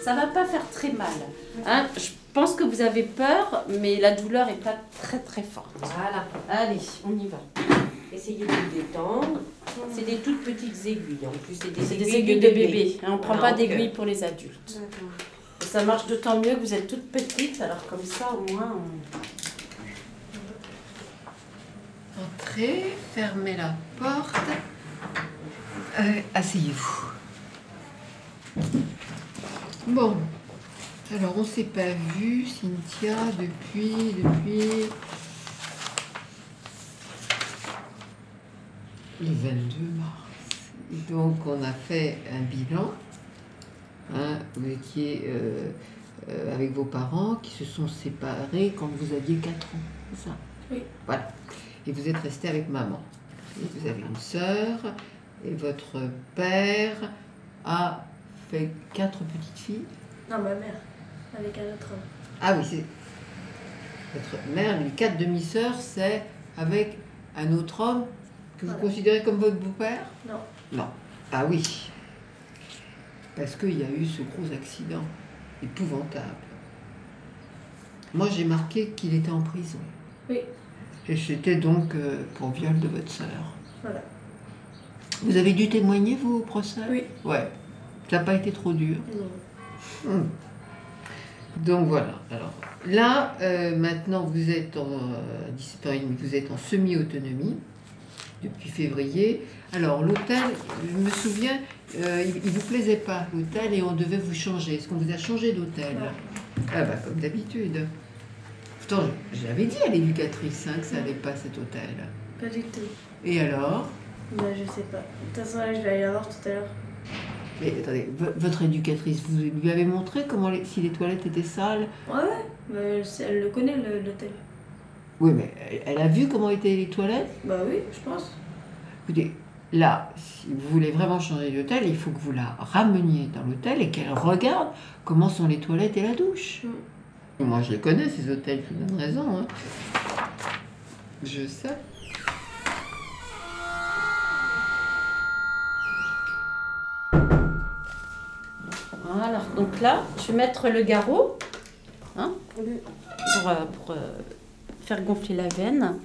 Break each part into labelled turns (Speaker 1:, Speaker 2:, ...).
Speaker 1: ça va pas faire très mal. Hein, je pense que vous avez peur, mais la douleur est pas très très forte.
Speaker 2: Voilà,
Speaker 1: Allez, on y va.
Speaker 2: essayez de vous détendre. C'est des toutes petites aiguilles. En plus, c'est des,
Speaker 1: C'est
Speaker 2: aiguilles,
Speaker 1: des aiguilles de bébé. hein, on prend
Speaker 2: Voilà,
Speaker 1: pas
Speaker 2: donc,
Speaker 1: d'aiguilles pour les adultes. Et ça marche d'autant mieux que vous êtes toutes petites, alors comme ça au moins. on-
Speaker 3: Entrez, fermez la porte. Euh, Asseyez-vous. Bon, alors on s'est pas vu, Cynthia, depuis, depuis. Le 22 mars. Et donc on a fait un bilan. hein, vous étiez euh, euh, avec vos parents qui se sont séparés quand vous aviez 4 ans, c'est ça
Speaker 4: Oui.
Speaker 3: Voilà. Et vous êtes resté avec maman. Et vous avez une sœur et votre père a fait quatre petites filles.
Speaker 4: Non, ma mère, avec un autre homme.
Speaker 3: Ah oui, c'est. Votre mère, les quatre demi-sœurs, c'est avec un autre homme que vous
Speaker 4: Voilà.
Speaker 3: considérez comme votre beau-père
Speaker 4: Non.
Speaker 3: Non. Ah oui. Parce qu'il y a eu ce gros accident épouvantable. Moi, j'ai marqué qu'il était en prison.
Speaker 4: Oui.
Speaker 3: Et c'était donc euh, pour viol de votre sœur.
Speaker 4: Voilà.
Speaker 3: Vous avez dû témoigner, vous, au procès
Speaker 4: Oui.
Speaker 3: Ouais. Ça n'a pas été trop dur.
Speaker 4: Non.
Speaker 3: Hum. Donc voilà. Alors là, euh, maintenant, vous êtes en euh, disparu- vous êtes en semi-autonomie depuis février. Alors l'hôtel, je me souviens, euh, il, il vous plaisait pas l'hôtel et on devait vous changer. Est-ce qu'on vous a changé d'hôtel
Speaker 4: Non.
Speaker 3: Ah bah comme d'habitude. Pourtant, je, je l'avais dit à l'éducatrice hein, que ça n'allait pas cet hôtel.
Speaker 4: Pas du tout.
Speaker 3: Et alors
Speaker 4: Bah, je sais pas. De toute façon, là, je vais aller la voir tout à l'heure.
Speaker 3: Mais attendez, vo- votre éducatrice, vous lui avez montré comment les- si les toilettes étaient sales
Speaker 4: Ouais, ouais. Bah, elle, sait- elle le connaît, le- l'hôtel.
Speaker 3: Oui, mais elle- elle a vu comment étaient les toilettes
Speaker 4: Bah oui, je pense.
Speaker 3: Écoutez, là, si vous voulez vraiment changer d'hôtel, il faut que vous la rameniez dans l'hôtel et qu'elle regarde comment sont les toilettes et la douche. Moi, je les connais, ces hôtels, je vous donne raison. hein. Je sais.
Speaker 1: Voilà. Donc là, je vais mettre le garrot hein, pour, euh, pour, euh, faire gonfler la veine.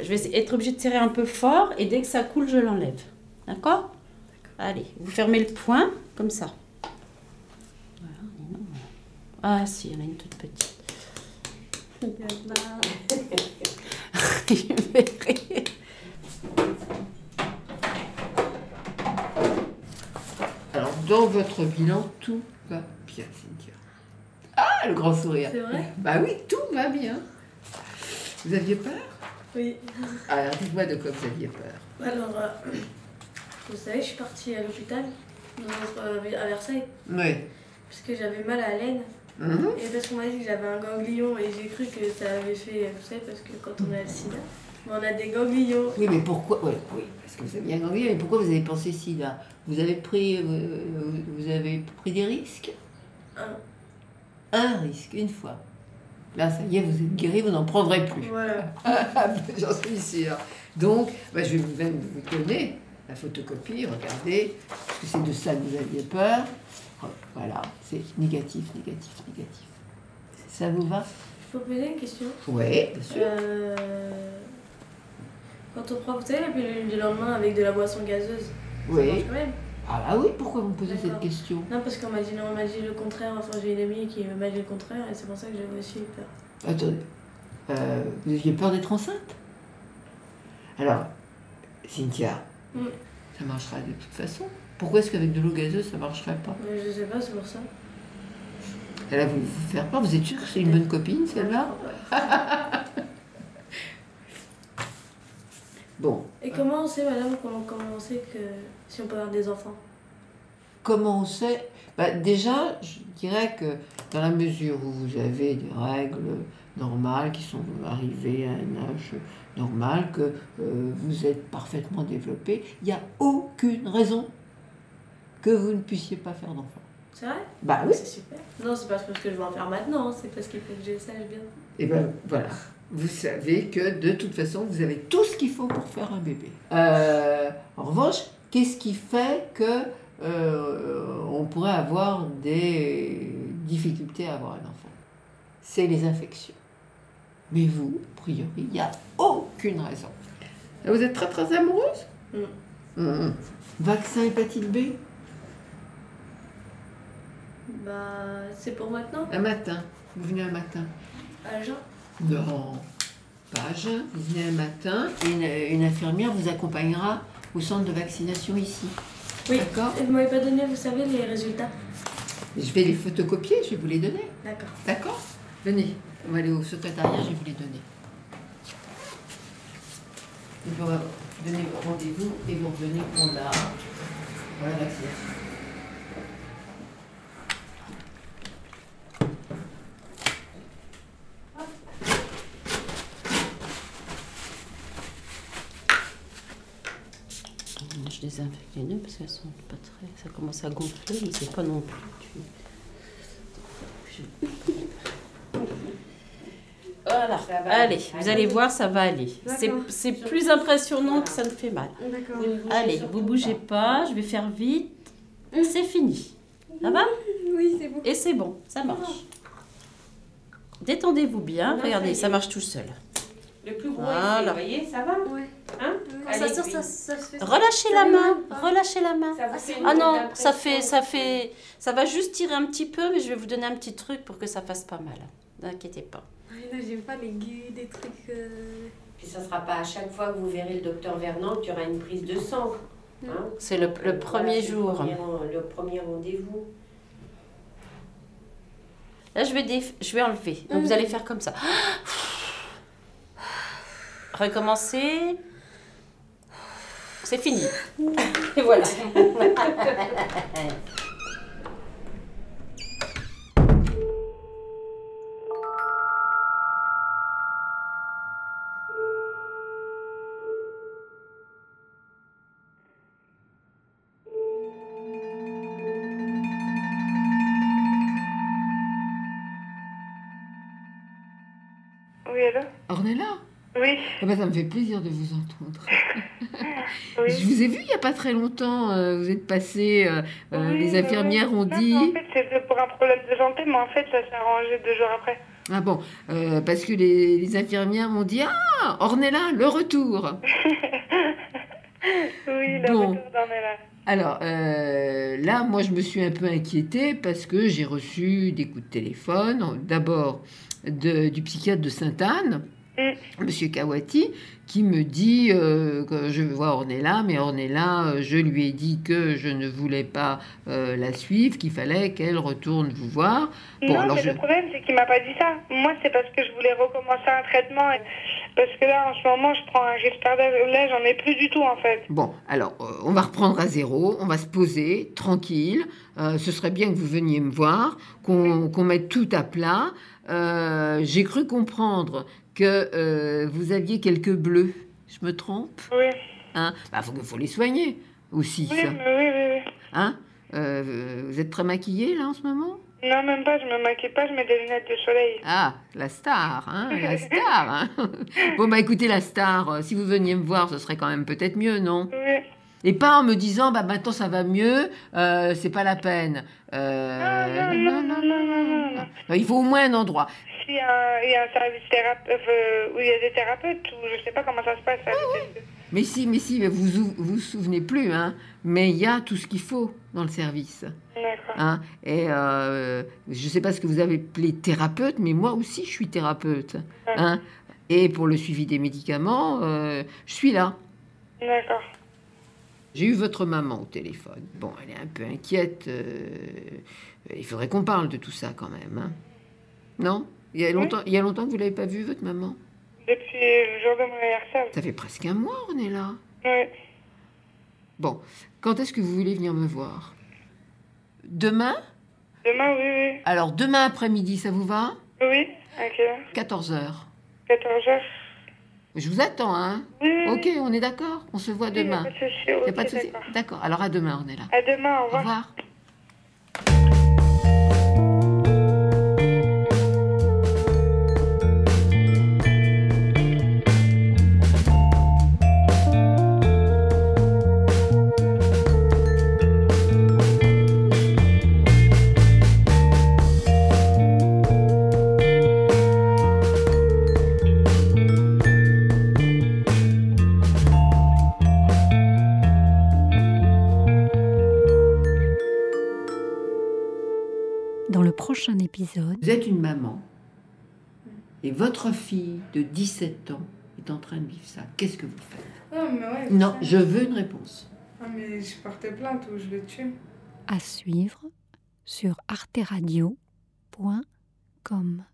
Speaker 1: Je vais essayer- être obligée de tirer un peu fort et dès que ça coule, je l'enlève. D'accord Allez, vous fermez le point comme ça. Voilà, il y en a- Ah si, il y en a une toute petite.
Speaker 4: Bah,
Speaker 1: Je verrai.
Speaker 3: Alors, dans votre bilan, tout va bien, Cynthia. Ah, le grand sourire.
Speaker 4: C'est vrai
Speaker 3: Bah oui, tout va bien. Vous aviez peur Ah,
Speaker 4: Oui.
Speaker 3: Alors, dites-moi de quoi vous aviez peur.
Speaker 4: Alors, euh, vous savez, je suis partie à l'hôpital, dans notre- euh, à Versailles,
Speaker 3: Oui.
Speaker 4: parce que j'avais mal à la laine.
Speaker 3: Mhm.
Speaker 4: Et parce qu'on m'a dit que j'avais un ganglion, et j'ai cru que ça avait fait, vous savez, parce que quand on a le sida, bah, on a des ganglions.
Speaker 3: Oui, mais pourquoi ouais, Oui, parce que vous avez bien grandi, mais pourquoi vous avez pensé sida Vous avez pris, euh, vous avez pris des risques
Speaker 4: Un.
Speaker 3: Un risque, une fois. Là, ça y est, vous êtes guéri, vous n'en prendrez plus. Ah,
Speaker 4: Voilà.
Speaker 3: J'en suis sûre. Donc, bah, je vais vous- même vous donner la photocopie, regardez, parce que c'est de ça que vous aviez peur. Hop, Voilà, c'est négatif, négatif, négatif. Ça vous va
Speaker 4: Je peux poser une question
Speaker 3: Oui, bien sûr.
Speaker 4: Euh, Quand on prend, vous savez, la pilule du lendemain avec de la boisson gazeuse, ça marche
Speaker 3: Oui.
Speaker 4: quand même
Speaker 3: Ah bah oui, pourquoi vous me posez cette
Speaker 4: D'accord.
Speaker 3: question
Speaker 4: Non, parce qu'on m'a dit non, on m'a dit le contraire. Enfin, j'ai une amie qui m'a dit le contraire et c'est pour ça que j'avais aussi eu peur.
Speaker 3: Attendez, euh, vous aviez peur d'être enceinte Alors, Cynthia,
Speaker 4: Mm.
Speaker 3: ça marchera de toute façon. Pourquoi est-ce qu'avec de l'eau gazeuse, ça marcherait pas
Speaker 4: Mais je sais pas, c'est pour ça.
Speaker 3: Elle a voulu vous faire peur. Vous êtes sûre que c'est une bonne copine, celle-là Bon,
Speaker 4: Et comment on sait, madame, comment, comment on sait que si on peut avoir des enfants
Speaker 3: comment on sait Bah, Déjà, je dirais que dans la mesure où vous avez des règles normales qui sont arrivées à un âge normal, que euh, vous êtes parfaitement développé, il n'y a aucune raison que vous ne puissiez pas faire d'enfant.
Speaker 4: C'est vrai
Speaker 3: Bah oui.
Speaker 4: C'est super. Non, c'est pas parce que je vais en faire maintenant, c'est parce qu'il faut que je sache bien.
Speaker 3: Et ben voilà. Vous savez que de toute façon, vous avez tout ce qu'il faut pour faire un bébé. Euh, en revanche, qu'est-ce qui fait que euh, on pourrait avoir des difficultés à avoir un enfant. C'est les infections. Mais vous, a priori, il n'y a aucune raison. Ah, Vous êtes très très amoureuse
Speaker 4: Non.
Speaker 3: Mmh. Vaccin hépatite B
Speaker 4: Bah, c'est pour maintenant.
Speaker 3: Un matin. Vous venez un matin.
Speaker 4: À Jean.
Speaker 3: Non, pas à jeun. Vous venez un matin, une, une infirmière vous accompagnera au centre de vaccination ici.
Speaker 4: Oui.
Speaker 3: D'accord
Speaker 4: Et Vous m'avez pas donné, vous savez, les résultats.
Speaker 3: Je vais les photocopier, je vais vous les donner.
Speaker 4: D'accord.
Speaker 3: D'accord Venez, on va aller au secrétariat, je vais vous les donner. Et puis on va vous donner rendez-vous et vous revenez pour la, pour la vaccination.
Speaker 1: Je désinfecte les nœuds parce qu'elles sont pas très. Ça commence à gonfler, mais c'est pas non plus. tu- Voilà,
Speaker 2: Ça va
Speaker 1: allez,
Speaker 2: aller.
Speaker 1: vous allez voir, ça va aller.
Speaker 4: D'accord.
Speaker 1: C'est- C'est plus impressionnant que ça ne fait mal.
Speaker 4: D'accord.
Speaker 1: Allez, vous bougez pas, je vais faire vite.
Speaker 2: Hum.
Speaker 1: C'est fini. Ça va
Speaker 4: Oui, c'est bon.
Speaker 1: Et c'est bon,
Speaker 2: Hum.
Speaker 1: ça marche. Détendez-vous bien,
Speaker 2: Non, Hum, ça y
Speaker 1: regardez,
Speaker 2: est.
Speaker 1: ça marche tout seul.
Speaker 2: Le plus gros
Speaker 1: Voilà.
Speaker 2: effet, vous voyez, ça va
Speaker 4: Ouais.
Speaker 2: Hein
Speaker 4: Quand ça
Speaker 2: Allez,
Speaker 4: sort,
Speaker 2: puis-
Speaker 4: ça, ça se fait.
Speaker 1: Relâchez la
Speaker 4: Ça
Speaker 1: main,
Speaker 4: m'énerve pas.
Speaker 1: relâchez la main.
Speaker 2: Ça vous fait une
Speaker 1: Ah non,
Speaker 2: impression.
Speaker 1: ça fait, ça fait, ça va juste tirer un petit peu, mais je vais vous donner un petit truc pour que ça fasse pas mal. N'inquiétez pas.
Speaker 4: Ouais, Ah, non, J'aime pas les gueux, des trucs. euh,
Speaker 2: Puis ça sera pas à chaque fois que vous verrez le docteur Vernant qu'il y aura une prise de sang. hein.
Speaker 1: C'est le, le
Speaker 2: Voilà,
Speaker 1: premier
Speaker 2: c'est le
Speaker 1: jour.
Speaker 2: premier ren- Le premier rendez-vous.
Speaker 1: Là, je vais, déf- je vais enlever. Donc,
Speaker 2: Mhm.
Speaker 1: vous allez faire comme ça. Recommencez. C'est fini. Et voilà.
Speaker 5: Oui, allô
Speaker 3: Ornella
Speaker 5: Oui,
Speaker 3: ah ben, Ça me fait plaisir de vous entendre. Je
Speaker 5: oui.
Speaker 3: vous ai vu il n'y a pas très longtemps, euh, vous êtes passé,
Speaker 5: Oui,
Speaker 3: Euh, les
Speaker 5: mais
Speaker 3: infirmières
Speaker 5: oui.
Speaker 3: ont
Speaker 5: Non,
Speaker 3: dit...
Speaker 5: mais En fait, c'était pour un problème de santé, mais en fait, ça s'est arrangé deux jours après.
Speaker 3: Ah bon, euh, parce que les, les infirmières m'ont dit Ah, Ornella, le retour
Speaker 5: Oui, le
Speaker 3: Bon.
Speaker 5: retour d'en est là.
Speaker 3: Alors euh, là, moi, je me suis un peu inquiétée parce que j'ai reçu des coups de téléphone, d'abord de- du psychiatre de Sainte-Anne. Monsieur Kawati, qui me dit euh, que je veux voir Ornella, mais Ornella, euh, je lui ai dit que je ne voulais pas euh, la suivre, qu'il fallait qu'elle retourne vous voir. Bon,
Speaker 5: non,
Speaker 3: alors
Speaker 5: mais
Speaker 3: je-
Speaker 5: le problème, c'est qu'il m'a pas dit ça. Moi, c'est parce que je voulais recommencer un traitement. et- Parce que là, en ce moment, je prends un risperdal. Là, j'en ai plus du tout, en fait.
Speaker 3: Bon, alors, euh, on va reprendre à zéro, on va se poser, tranquille. Euh, ce serait bien que vous veniez me voir, qu'on qu'on mette tout à plat. Euh, J'ai cru comprendre que euh, vous aviez quelques bleus. Je me trompe
Speaker 5: Oui,
Speaker 3: hein bah, faut, faut les soigner aussi,
Speaker 5: oui,
Speaker 3: ça.
Speaker 5: mais oui, oui, oui.
Speaker 3: Hein Euh, vous êtes très maquillée, là, en ce moment
Speaker 5: Non, même pas, je me maquille pas, je mets des lunettes de soleil.
Speaker 3: Ah, la star, hein, la star. hein. bon, bah écoutez, la star, euh, si vous veniez me voir, ce serait quand même peut-être mieux, non
Speaker 5: Oui.
Speaker 3: Et pas en me disant, bah maintenant ça va mieux, euh, c'est pas la peine. Euh,
Speaker 5: Non, non, non, non, non, non, non.
Speaker 3: non. Il faut au moins un endroit.
Speaker 5: S'il y, a un- il y a un service thérapeute, où il y a des thérapeutes, ou je sais pas comment ça se passe. ça, je sais-
Speaker 3: Mais si, mais si, mais vous vous vous souvenez plus, hein, mais il y a tout ce qu'il faut dans le service.
Speaker 5: D'accord.
Speaker 3: Hein. Et euh, je sais pas ce que vous avez appelé thérapeute, mais moi aussi je suis thérapeute. Hein. Et pour le suivi des médicaments, euh, je suis là.
Speaker 5: D'accord.
Speaker 3: J'ai eu votre maman au téléphone. Bon, elle est un peu inquiète. euh, il faudrait qu'on parle de tout ça quand même. hein. Non il y, a longtemps, il y a longtemps que vous l'avez pas vue, votre maman
Speaker 5: Depuis le jour de mon anniversaire.
Speaker 3: Ça fait presque un mois, on est là.
Speaker 5: Oui.
Speaker 3: Bon, quand est-ce que vous voulez venir me voir Demain
Speaker 5: Demain, oui, oui.
Speaker 3: Alors, demain après-midi, ça vous va
Speaker 5: Oui, à quelle heure
Speaker 3: 14h.
Speaker 5: 14h.
Speaker 3: Je vous attends, hein
Speaker 5: Oui,
Speaker 3: Ok, on est d'accord On se voit demain.
Speaker 5: Il n'y
Speaker 3: Il n'y a pas de souci D'accord, alors à demain, on est là.
Speaker 5: À demain, au
Speaker 3: Au
Speaker 5: revoir.
Speaker 3: revoir.
Speaker 6: Dans le prochain épisode,
Speaker 3: Vous êtes une maman et votre fille de 17 ans est en train de vivre ça. Qu'est-ce que vous faites
Speaker 5: Non, mais ouais.
Speaker 3: Non,
Speaker 5: putain.
Speaker 3: je veux une réponse.
Speaker 5: Ah, mais je portais plainte ou je le tue.
Speaker 6: à suivre sur arteradio.com.